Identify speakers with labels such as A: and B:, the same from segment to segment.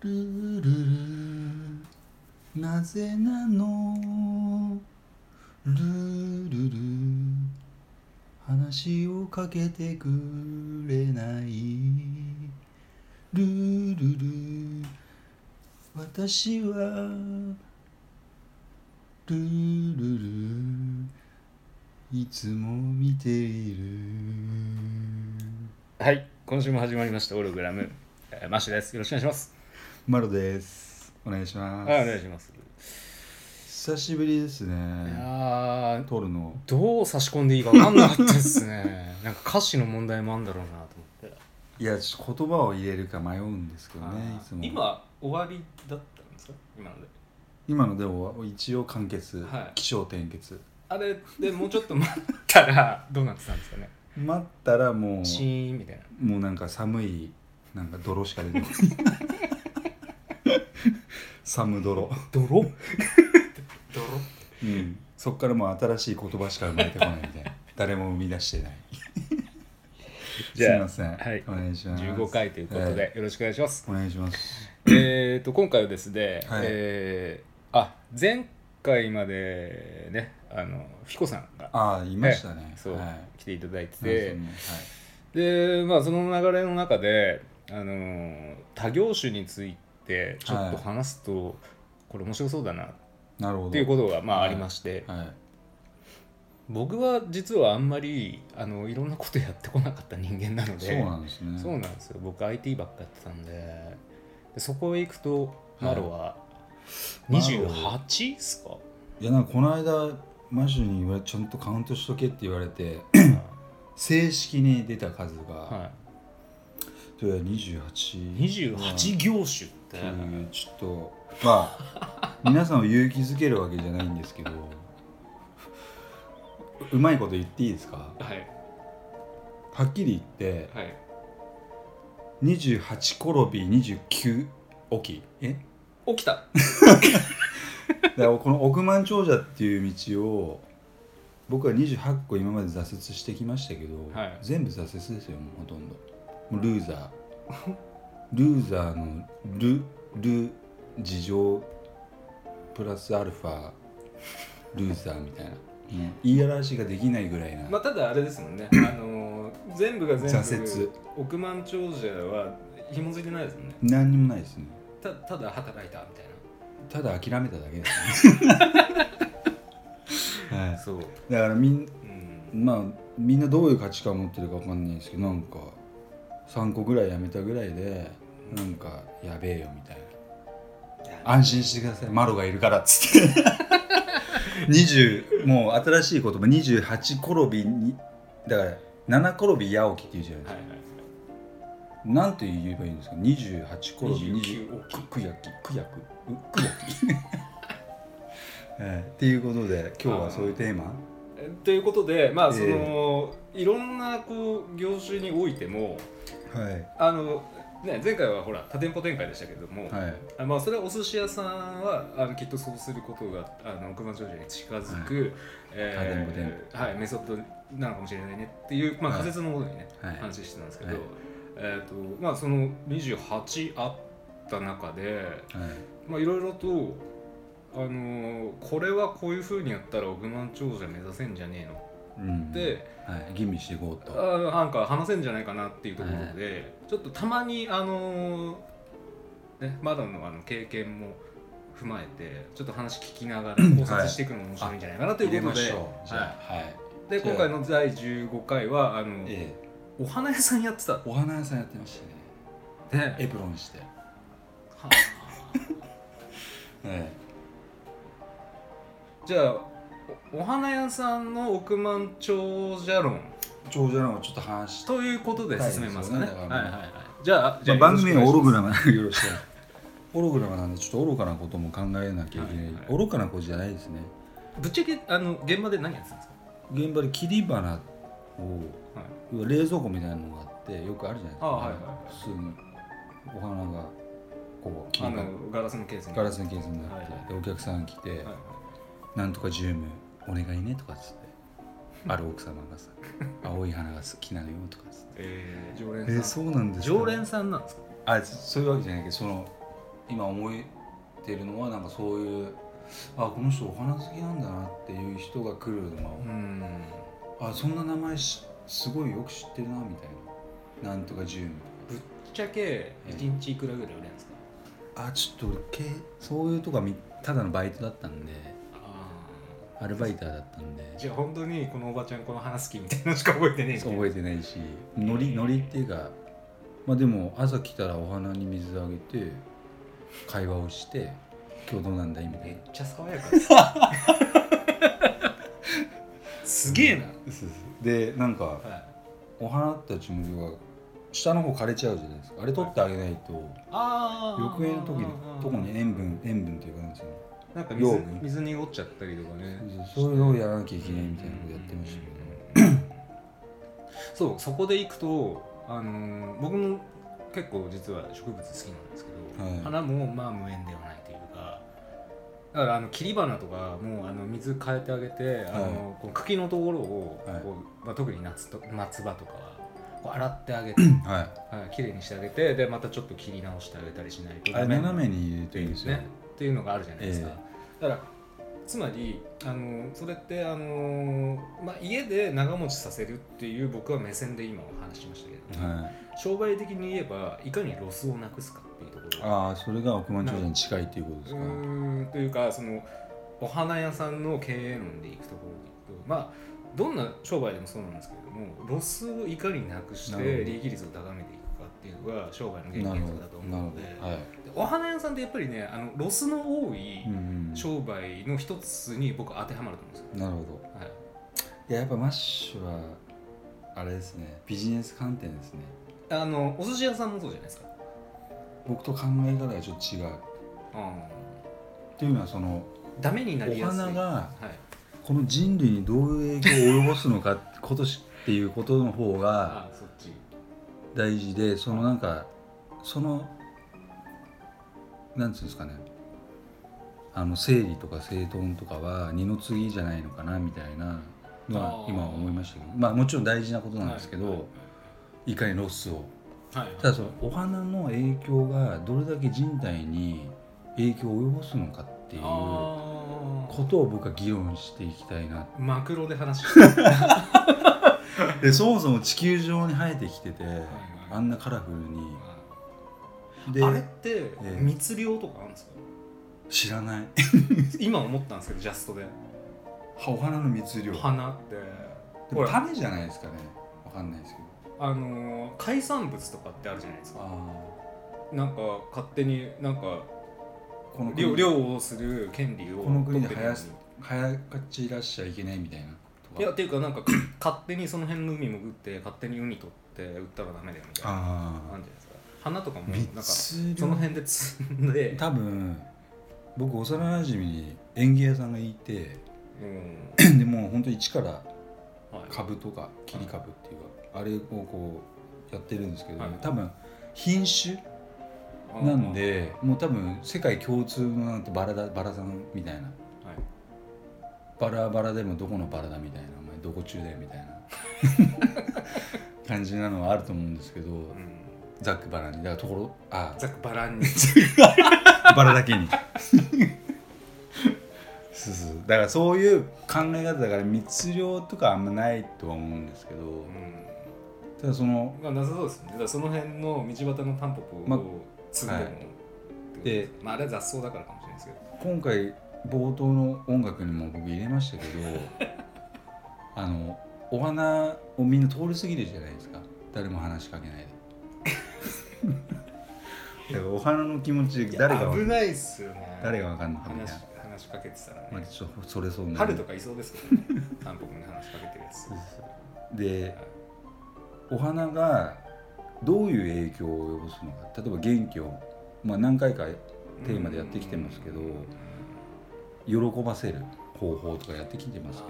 A: ルルルルなぜなのルルル話をかけてくれないルルル私はルルルいつも見ている
B: はい今週も始まりましたオログラム、えーマッシュですよろしくお願いします
A: マロですお願いします、
B: はいお願いします
A: 久しぶりです
B: い
A: ね
B: やー
A: 撮るの
B: どう差し込んでいいか分かんなかったですね なんか歌詞の問題もあんだろうなと思って
A: いやちょっと言葉を入れるか迷うんですけどねいつも
B: 今終わりだったんですか今ので
A: 今のでも一応完結、
B: はい
A: 起承転結
B: あれでもうちょっと待ったらどうなってたんですかね
A: 待ったらも
B: シ
A: う
B: ーンみたいな
A: もうなんか寒いなんか泥しか出てこ ない寒泥、
B: 泥泥
A: うん、そっからもう新しい言葉しか生まれてこないみたいな誰も生み出してない
B: じ
A: すい
B: ゃ
A: ま
B: あ
A: せん、
B: はい
A: お願いします
B: 15回ということ
A: は
B: でよろしくお願いします
A: お願いします
B: えー、と今回はですね、
A: はい
B: えーあ前回までねあのフィコさんが
A: ああいましたね、
B: そう、
A: はい
B: 来ていただいて
A: う
B: て
A: ん
B: で、まあ、その流れの中で、あのー多業種についてちょっと話すと、これ面白そうだなっ
A: なるほど
B: ていうことが、まあ、
A: は
B: あ
A: い
B: りまして、
A: はい、
B: 僕は実はあんまりあのいろんなことやってこなかった人間なので
A: そうなんですね
B: そうなんですよ僕 IT ばっかやってたんででそこへ行くとマロは
A: マロ
B: 28? っすか
A: いやなんかこの間マシュに言われちゃんとカウントしとけって言われて正式に出た数が、
B: は
A: それは28
B: い、28業種っ
A: と
B: て、
A: いうちょっとまあ 皆さんを勇気づけるわけじゃないんですけどううまいこと言っていいですか
B: はい
A: はっきり言って
B: はい
A: 28転び29起きえ
B: 起きた
A: だからこの億万長者っていう道を僕は28個今まで挫折してきましたけど、
B: はい
A: 全部挫折ですよもうほとんどもうルーザールーザーのルル事情プラスアルファルーザーみたいな、言い表しができないぐらいな、
B: まあ、ただあれですも んね、あのー全部が全部
A: 挫折
B: 億万長者は紐づいてないですもんね
A: 何にもないですね
B: たただ働いたみた
A: た
B: い
A: だ諦めただけです ね、は
B: なそう、
A: い、だからみん
B: うん、
A: まあみんなどういう価値観を持ってるかわかんないですけどなんか3個ぐらいやめたぐらいでなんかやべえよみたいな安心してくださいマロがいるからっつって 20もう新しい言葉28転びにだから7転び八起きっていうじゃないです
B: は
A: か、
B: いはい
A: なんて言えばいいんですか28転び
B: 29
A: 20くくやきくやくうくやき えーっていうことで今日はそういうテーマ
B: えということでまあそ
A: え
B: の、いろんなこう業種においても
A: はい
B: あの、ね、前回はほら多店舗展開でしたけども、
A: はい
B: あまあ、それはお寿司屋さんはあのきっとそうすることがあの億万長者に近づく、え
A: 多店
B: ーはい、メソッドなのかもしれないねっていう、まあ、
A: はい
B: 仮説のもとにね、
A: はい
B: 話してたんですけど、
A: はい
B: えーとまあ、その28あった中で
A: はい
B: まあいろいろと、あのーこれはこういうふうにやったら億万長者目指せんじゃねえ
A: う
B: の
A: ん
B: って、
A: はい、吟味していこうと。
B: あなんか話せんじゃないかなっていうところで、ちょっとたまにあのーねまだのあの経験も踏まえてちょっと話聞きながら考察していくのも面白いんじゃないかなということで、
A: じゃあ、はい。
B: で今回の第15回はあの
A: え
B: お花屋さんやってた
A: えお花屋さんやってましたね。
B: ね
A: エプロンして。
B: は
A: え
B: じゃあおお花屋さんの億万長者論
A: え、長者の方ちょっと話して。
B: ということで進めますかね
A: はいそうね
B: はいはいはいじゃあじゃあ
A: まあ、番組はオログ
B: な
A: ラムなんで よろしくお願いします。オログラムなんで、ちょっと愚かなことも考えなきゃいけない。
B: はいはい
A: 愚かなことじゃないですね。
B: ぶっちゃけあの現場で何やってたんですか、
A: 現場で切り花を、
B: はい、
A: 要は冷蔵庫みたいなのがあって、よくあるじゃないですか。
B: あはいはいはい
A: 普通にお花がこう切
B: あ
A: り花
B: のガラスのケースに
A: ガラスのケースになって、
B: はいはい
A: でお客さん来て。
B: はいはい
A: なんとかジュームお願いねとかっつ ってある奥様がさ青い花が好きなのよとかっつって
B: えー常連
A: えー、
B: さん、
A: そうなんですか
B: 常連さんなんですか
A: あそそういうわけじゃないけどその今思えてるのはなんかそういうあこの人お花好きなんだなっていう人が来るのを
B: うん
A: あそんな名前しすごいよく知ってるなみたいななんとか10み
B: ぶっちゃけ1日いくらぐらい売れるんですか、
A: たいなあちょっと俺けそういうとこはみただのバイトだったんで
B: あ
A: アルバイターだったんで
B: あじゃあ本当にこのおばちゃんこの花好きみたいなのしか覚えてねえ
A: そう覚えてないしノリノリっていうかまあでも朝来たらお花に水あげて会話をして「今日どうなんだい?」みた
B: め
A: い
B: っ
A: な
B: ちゃ爽やかですね すげえな、
A: でなんか
B: はい、
A: お花たちも要は下の方枯れちゃうじゃないですかあれ取ってあげないと
B: ああ
A: 緑影の時にとこに塩分塩分っていうかなんですよ
B: なんか
A: 養
B: 水
A: 分
B: 水濁っちゃったりとかね
A: そういうのをやらなきゃいけないみたいなことやってましたけど、
B: けどそうそこで行くと、あのー僕も結構実は植物好きなんですけど、
A: はい
B: 花もまあ無縁ではないというかだからあの切り花とかもうあの水変えてあげて、あのこう茎のところをこう、
A: はい
B: まあ、特に夏と夏場とかはこう洗ってあげ て、
A: はい
B: はい、綺麗にしてあげてでまたちょっと切り直してあげたりしないと
A: あれ
B: ダメな
A: 斜めに入れていいんですよ、
B: ね、っていうのがあるじゃないですか、
A: え
B: だからつまりあのそれってあの、まあ、家で長持ちさせるっていう僕は目線で今お話ししましたけど、
A: はい、
B: 商売的に言えばいかにロスをなくすかっていうところ
A: ああそれが億万長者に近いっていうことです
B: う
A: か、
B: ーんというかそのお花屋さんの経営論でいくところでいくとまあどんな商売でもそうなんですけれどもロスをいかになくし
A: なるほ
B: て
A: ど
B: 利益率を高めていくかっていうのが商売の
A: なる
B: 原
A: ほ
B: 則だと
A: ど
B: 思
A: な
B: う
A: る
B: ので
A: ほどはい、
B: でお花屋さんってやっぱりねあのロスの多い、
A: うん
B: 商売の一つに僕当てはまると思うんです
A: な
B: よ、
A: るほど
B: はい、
A: いややっぱマッシュはあれですねビジネス観点ですね
B: あのお寿司屋さんもそうじゃないですか
A: 僕と考え方がちょっと違うっ
B: あ
A: ていうのはその
B: ーダメになり
A: お
B: やすい
A: 花が
B: はい、
A: この人類にどういう影響を及ぼすのか ってことしっていうことの方が
B: あーそっち
A: 大事でそのなんかそのなんていうんですかねあの整理とか整頓とかは二の次じゃないのかなみたいなのは今は思いましたけどまあもちろん大事なことなんですけど、
B: はい
A: いかにロスを
B: はい
A: ただそのお花の影響がどれだけ人体に影響を及ぼすのかっていうこ
B: あー
A: とを僕は議論していきたいな
B: マクロで話してるはい
A: でそもそも地球上に生えてきててあ
B: はい
A: んなカラフルにで
B: あれって
A: え
B: 密漁とかあるんですか
A: 知ら ない
B: 今思ったんですけどジャストで
A: お花の密量
B: 花って
A: でも種じゃないですかねわかんないですけど
B: あのー海産物とかってあるじゃないですか
A: あ
B: なんか勝手になんか
A: この
B: 漁
A: 国
B: 漁をする権利を
A: この国で
B: 取
A: 生
B: ってるの
A: や
B: に
A: す早かっちいらっしゃいけないみたいなとか
B: いやっていうかなん か勝手にその辺の海潜って勝手に海取って売ったらダメだよみたいなあ
A: あ
B: るんじゃないですか花とかも
A: あ
B: なんかその辺で積んで
A: 多分僕幼なじみに園芸屋さんがいて
B: うん
A: でもうほんと一から
B: はい
A: 株とか切り株っていうかあれをこうやってるんですけど
B: はい
A: 多分品種なんでもう多分世界共通のなんてバラだバラさんみたいな
B: はい
A: バラバラでもどこのバラだみ たいなお前どこ中だよみたいな感じなのはあると思うんですけど
B: うん
A: ざっくばらにだからところ あ
B: ざっくば らんに
A: バラだけにそうそうだからそういう考え方だから密漁とかあんまないとは思うんですけど
B: うん
A: ただその
B: まあなさそうですねだからその辺の道端のタンポポ
A: ま
B: を積んで
A: は
B: も
A: い
B: ってこと
A: で
B: ですまああれは雑草だからかもしれないですけど
A: 今回冒頭の音楽にも僕入れましたけど あのお花をみんな通り過ぎるじゃないですか誰も話しかけ ないでだからお花の気持ち
B: いや
A: 誰がわ
B: 危ないっすよね
A: 誰がわかんのかみたい
B: 話
A: な、
B: 話しかけてたら
A: まあ、
B: ね
A: ちょっとそれそうな
B: 春とかいそうですけどねタンポポに話しかけてるやつ
A: でお花がどういう影響を及ぼすのか例えば元気を、まあ、何回かテーマでやってきてますけど
B: うん
A: 喜ばせる方法とかやってきてます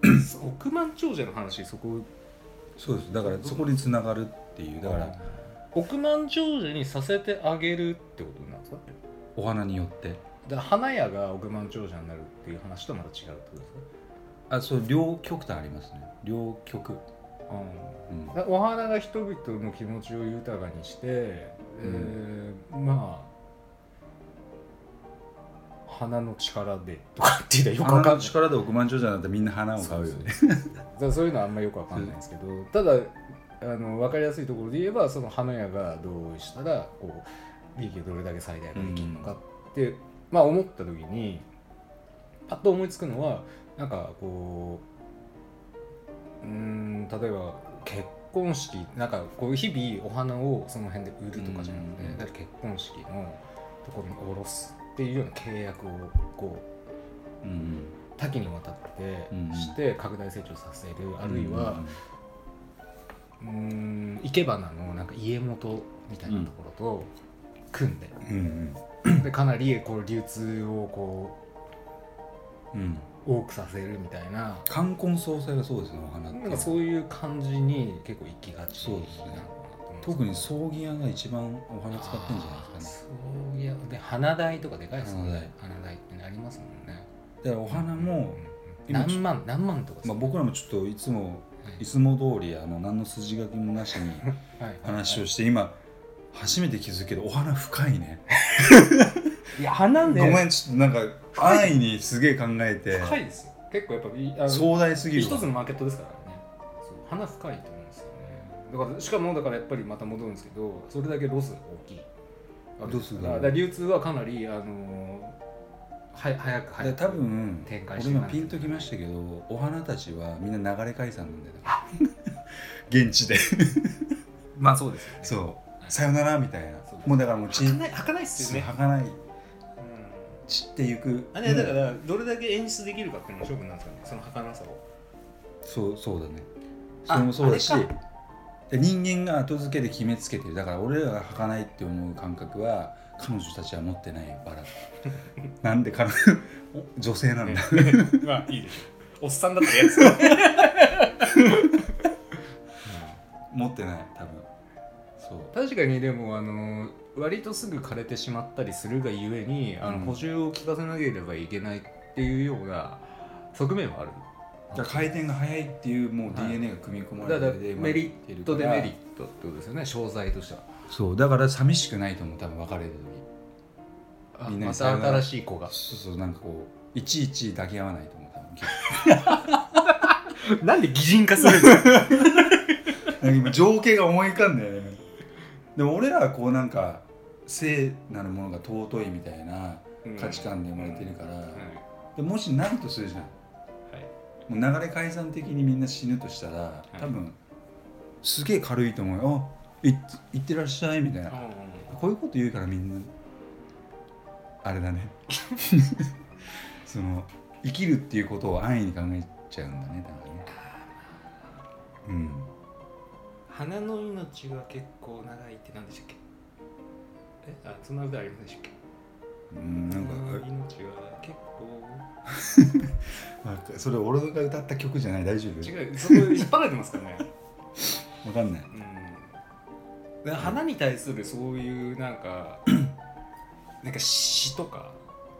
A: けど
B: そう億万長者の話そこ
A: そうですだからそこにつながるっていうだから
B: 億万長者にさせてあげるってことなんですか
A: お花によって
B: だから花屋が億万長者になるっていう話とはまた違うってことです
A: あそう両極端ありますね両極、
B: か
A: うん
B: だからお花が人々の気持ちを豊かにして、えーまあ鼻の力でとかって言ったらよくわ
A: 鼻
B: か
A: の
B: んない
A: 力で億万長者になってみんな花を買うよね
B: そうそう そうだからそういうのはあんまよくわかんないんですけど、ただあの分かりやすいところで言えばその花屋がどうしたらこう利益をどれだけ最大化できるのかって、まあ思った時にパッと思いつくのはなんかこううーん例えば結婚式なんかこう日々お花をその辺で売るとかじゃなく
A: うん
B: て、だから結婚式のところに卸すっていうような契約をこう
A: うん
B: 多岐にわたって
A: うん
B: して拡大成長させる、あるいはうーん生け花のなんか家元みたいなところと組んで,、
A: うん
B: でかなりこう流通をこ
A: うんうん
B: う多くさせるみたいな
A: 冠婚葬祭がそうですねお花っ
B: なんか
A: て
B: そういう感じに結構行きがち
A: そうですね
B: なのかなと思うんですけど
A: 特に葬儀屋が一番お花使ってんじゃないですかね
B: あーそういやで花代とかでかいですもんね
A: 花
B: 花代ってありますもんね
A: だからお花も、
B: うん
A: 今ちょ
B: 何万何万とか
A: まあ、僕らもちょっといつもいつも通りあの何の筋書きもなしに話を
B: し
A: して今初めて気づくけどお花深いね
B: いや花
A: ご
B: ね
A: めんちょっとなんか安易にすげえ考えて
B: 深いですよ結構やっぱりあの
A: 壮大すぎる
B: 一
A: わ
B: つのマーケットですからねそう花深いと思うんですよねだからしかもだからやっぱりまた戻るんですけどそれだけロスが大きい
A: あロスが
B: だから流通はかなりあのーは早く
A: で
B: 早く
A: 多分
B: 展開して
A: 俺
B: い
A: 今
B: かない
A: ピンときましたけどお花たちはみんな流れ解散なんだよ現地 で
B: まあそうですよね
A: そう
B: はい
A: さよならみたいな
B: そう
A: もうだからもうち
B: 儚い儚いっすよね、
A: はかない
B: うん
A: 散っていく
B: あれだか
A: もう
B: らどれだけ演出できるかっていうのが勝負なんですかねその儚さを
A: そうそうだね
B: あ
A: それもそうだし
B: あれか
A: で人間が後付けで決めつけてるだから俺らがはかないって思う感覚は彼女たちは持ってないよ バラなんで彼女お女性なんだ
B: まあいいでしょおっさんだったらや つ、うん
A: 持ってない多分そう
B: 確かにでもあの割とすぐ枯れてしまったりするがゆえにあ
A: うん
B: の補充を効かせなければいけないっていうような側面はある、
A: だから回転が速いっていうもう
B: はい
A: DNA が組み込ま
B: だ
A: れ
B: から
A: てて
B: メリットデメリッ
A: ト
B: トってことですよね商材としては
A: そうだから寂しくないと思う多分別れる
B: あ
A: みんな
B: ま
A: に
B: た
A: さよなら
B: 新しい子が
A: 時そうそうなんかこういちいち抱き合わないと思う多分
B: なんで擬人化するの
A: なんか今情景が思い浮かんだよねでも俺らはこうなんか聖なるものが尊いみたいな価値観で生まれてるから、でもしないとするじゃんもう流れ解散的にみんな死ぬとしたら
B: い
A: 多分すげえ軽いと思うよあいいってらっしゃいみたいなこういうこと言うからみんなあれだね その生きるっていうことを安易に考えちゃうんだねだからねうん
B: 花の命が結構長いって何でしたっけえあそんな歌ありませんでしたっけ
A: うんなんか
B: 命は結構
A: なんかそれ俺が歌った曲じゃない大丈夫
B: 違うそこ引っ張られてますからね、
A: わかんない
B: うん、で花に対するそういうなん かなんか詩とか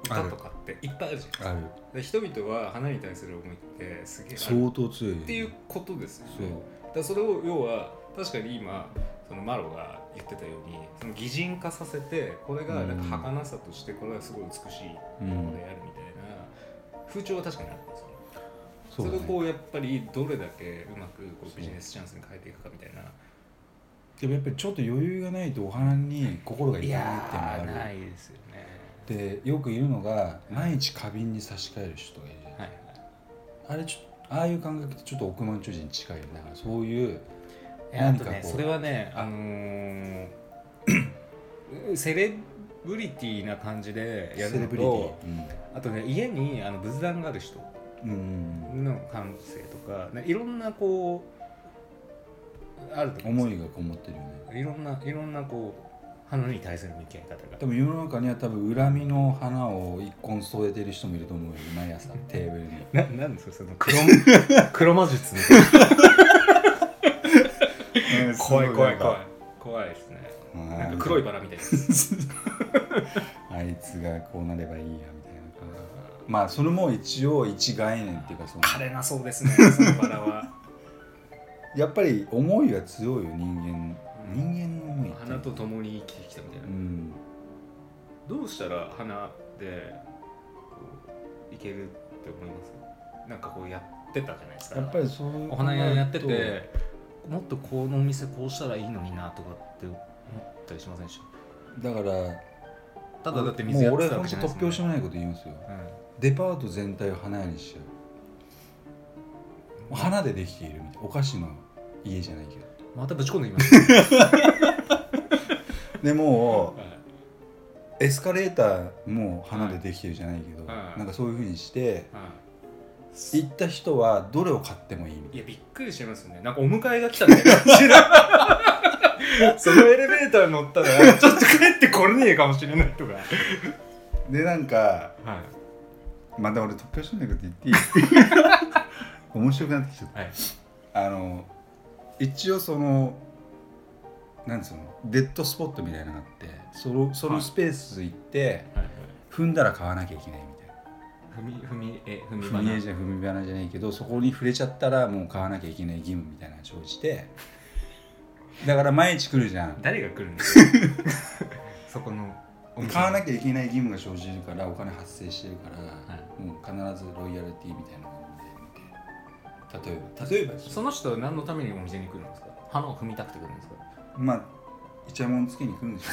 B: 歌とかっていっぱいあるじゃ
A: ある
B: んで人々は花に対する思いってすげえある
A: 相当強い
B: っていうことですよね
A: そう
B: だからそれを要は確かに今そのマロが言ってたようにその擬人化させてこれがなんか儚さとしてこれはすごい美しいものであるみたいな風潮は確かにあるんですよね
A: そ
B: そ
A: うだ
B: れを
A: ね
B: こうやっぱりどれだけうまくこうビジネスチャンスに変えていくかみたいな
A: でもやっぱりちょっと余裕がないとお花に心がいかないっていうのがある
B: いですよね
A: でよくいるのが毎日花瓶に差し替える人がいるじゃん
B: はい
A: あれちょっとああいう感覚ってちょっと億万長人に近いよねだからそういう
B: えあ
A: 何
B: と
A: かこう
B: ねそれはねあのー セレブリティな感じでやるのとあとね家にあの仏壇がある人
A: うん、うん
B: の感性とか、ね、いろんなこうあると思
A: 思
B: うんで
A: いがこもってるよね
B: すよいろんないろんなこう花に対する向き合い方が
A: 多分世の中には多分恨みの花を一根添えてる人もいると思うよ毎 朝テーブルに
B: ななんですかその 黒黒魔術みたいな怖い怖い怖い怖いですね
A: な
B: なんん
A: か
B: か黒いバラみたいです
A: あいつがこうなればいいやみたいな感じまあそれも一応一概念っていうかその
B: 枯れなそうです ねそのバラは
A: やっぱり思いは強いよ人間人間の思いって
B: 花と共に生きてきたみたいうな、
A: ん
B: どうしたら花でいけるって思いますなんかこうやってたじゃないですか
A: やっぱりそういう
B: お花屋やっててもっとこのお店こうしたらいいのになとかって思ったりしませんでし
A: だから
B: たただだって水や
A: も
B: っ
A: う
B: て
A: 俺
B: たわ
A: 本
B: けじ
A: 当
B: ゃな
A: 突拍子もな
B: いですもんね
A: いこと言いますよデパート全体を花屋にしちゃうもう花でできているみたいなお菓子の家じゃないけど
B: うんまたぶち込んできました
A: でも
B: はいう
A: エスカレーターも花でできてるじゃないけど、
B: はいはい
A: なんかそういうふうにして
B: は
A: 行った人はどれを買ってもいいみたい
B: いいやびっくりしますねなんかお迎えが来たみたいな感じで そのエレベーターに乗ったらちょっと帰ってこれねえかもしれないとかはい
A: なでなんかまた俺突拍子もないこと言 っていい面白くなってきちゃっ
B: はい
A: たあの一応そのなんつうのデッドスポットみたいなのがあってそのそ
B: は
A: の
B: い
A: スペース行って
B: はい
A: 踏んだら買わなきゃいけないみたいな
B: 踏み踏みえ踏み
A: 踏み絵
B: 花
A: じゃ踏み花じゃないけどそこに触れちゃったらもう買わなきゃいけない義務みたいな生じてだから毎日来るじゃん
B: 誰が来るんですか そこのお店
A: 買わな
B: き
A: きゃいけない義務が生じるからお金発生してるから、
B: は
A: もう必ずロイヤルティみたいなのが出てるみたいな例えば例えばですよ
B: その人は何のためにお店に来るんですか花を踏みたくて来るんですか
A: まあイチャモンつけに来るんでしょ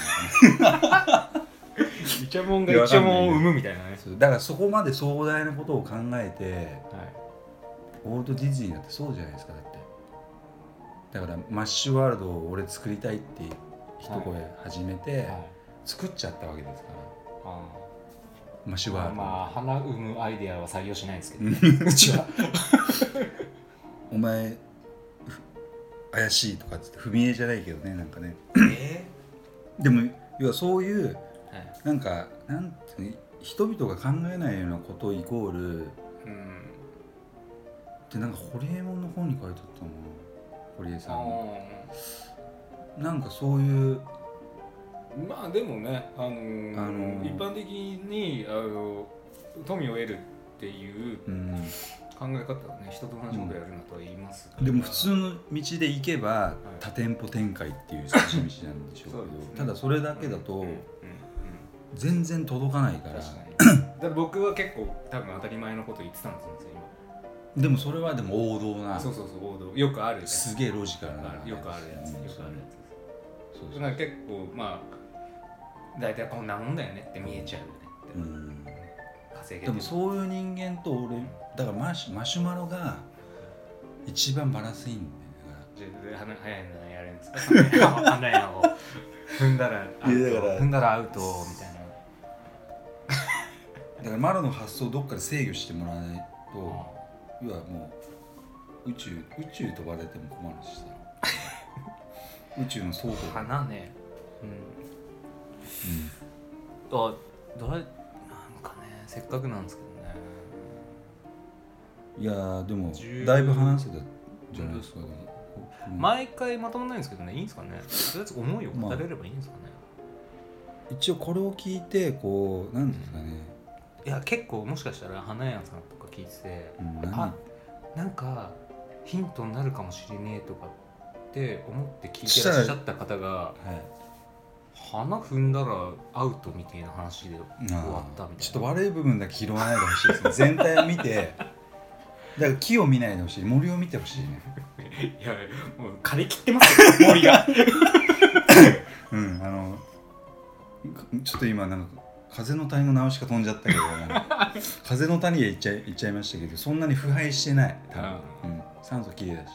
B: イチャモン
A: いや
B: がイ
A: わ
B: チ
A: か
B: ャ
A: ん
B: モ
A: ない
B: ンを生むみたいな
A: う
B: ね
A: ねそうだからそこまで壮大なことを考えて
B: はい
A: オールドディズニーだってそうじゃないですかだってだからマッシュワールドを俺作りたいって一声始めて、作っちゃったわけですから
B: あ
A: マッシュワー
B: ー
A: ルド、
B: まあ花生むアイデアは採用しないですけど、ね、 うちは
A: お前ふ怪しいとかっつって踏み絵じゃないけどねなんかね
B: え
A: でも要はそういう
B: ーはい
A: なんかなんていうの人々が考えないようなことイコール
B: うん
A: でなんか堀エモ門の本に書いてあったの堀江さんの
B: あ
A: なんかそういう
B: ーまあでもね、あのー
A: あのー
B: 一般的に、あの富を得るっていう
A: うん
B: 考え方はね人と同じことやるなとは言いますから
A: でも普通の道で行けば
B: い
A: 多店舗展開っていう道なんでしょうけど
B: そうですね
A: ただそれだけだ
B: う
A: と
B: んうんうん
A: 全然届かないから
B: 確かにだから僕は結構多分当たり前のこと言ってたんですよ今
A: でもそれはでも王道な
B: そうそうそう王道よくあるやつ
A: すげえロジカルな
B: よくあるやつよ
A: うん
B: くあるや
A: そう
B: つ
A: そ
B: だ
A: う
B: から結構まあ大体こんなもんだよねって見えちゃうよねって、
A: うん
B: 稼げ
A: で
B: て
A: もそういう人間と俺だからマシュマシュマロが一番バランスいいんだよ
B: 自分で花早いのやれんですか花屋を踏んだらアウ
A: いやだ
B: ト
A: から
B: 踏んだらアウトみたいな
A: だからだからマロの発想をどっかで制御してもらわないと要はもう宇宙宇宙飛ばれても困る しさ宇宙の倉庫うん
B: 花ねうんあどれなんかねせっかくなんですけどね
A: いやーでも
B: 十
A: だいぶ話せたじゃないですかうん
B: 毎回まとまらないんですけどねいいんですかねとりあえず思いを語れればいいんですかね、
A: 一応これを聞いてこうなんですかね、
B: いや結構もしかしたら花屋さんとか聞いて
A: うん、
B: あ
A: 何
B: なんかヒントになるかもしれねえとかって思って聞いてらっしゃった方が
A: はい
B: 花踏んだらアウトみたいな話で終
A: あー
B: わったみたいな
A: ちょっと悪い部分だけ拾わないでほしいですね全体を見てだから木を見ないでほしい森を見てほしいね
B: いやもう枯れ切って ますよ森が
A: うんあのちょっと今なんか風の谷の直しか飛んじゃったけどなんか風の谷へ行っちゃい行っちゃいましたけどそんなに腐敗してない多分、うん、酸素きれいだし、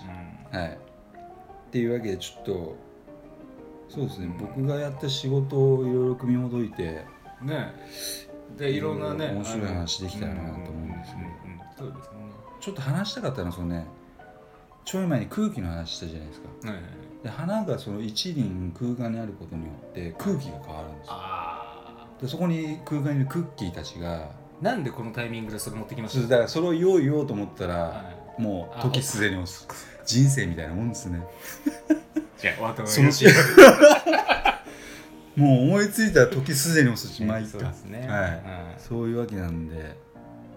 A: はいっていうわけでちょっとそうですね、
B: うん
A: 僕がやった仕事をいろいろ組みほどいて
B: ねでいろんなね
A: 面白い話できたらなと思うんですけど
B: けどそうですね
A: ちょっと話したかったのはそのねちょい前に空気の話したじゃないですか
B: はいはいはい
A: で花がその一輪空間にあることによって空気が変わるんですよ
B: あ
A: でそこに空間にいるクッキーたちが
B: ーなんでこのタイミングでそれ持ってきま
A: そ
B: し
A: う
B: た
A: だからそれを言おう言おうと思ったら、
B: は
A: もう
B: あ
A: 時すでに押す人生みたいなもんですね
B: いじゃあわかり
A: その
B: ま
A: シ
B: した
A: ーンもう思いついたら時すでに押すしまあいっ
B: そうで
A: か
B: すね、
A: はい
B: うん
A: そういうわけなんで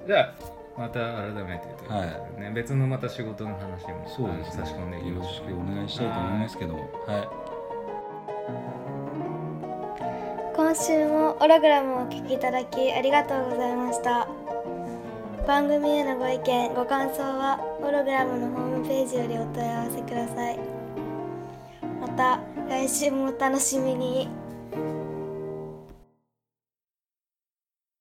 B: じゃあまた改めてということでね、別のまた仕事の話も
A: そうです
B: あ
A: ね
B: の差し込んでいき
A: よ
B: ま
A: ろ
B: し
A: し
B: ょう
A: くお願いしたいと思いますけどはい
C: 今週もオログラムをお聴きいただきありがとうございました番組へのご意見ご感想はホログラムのホームページよりお問い合わせくださいまた来週もお楽しみに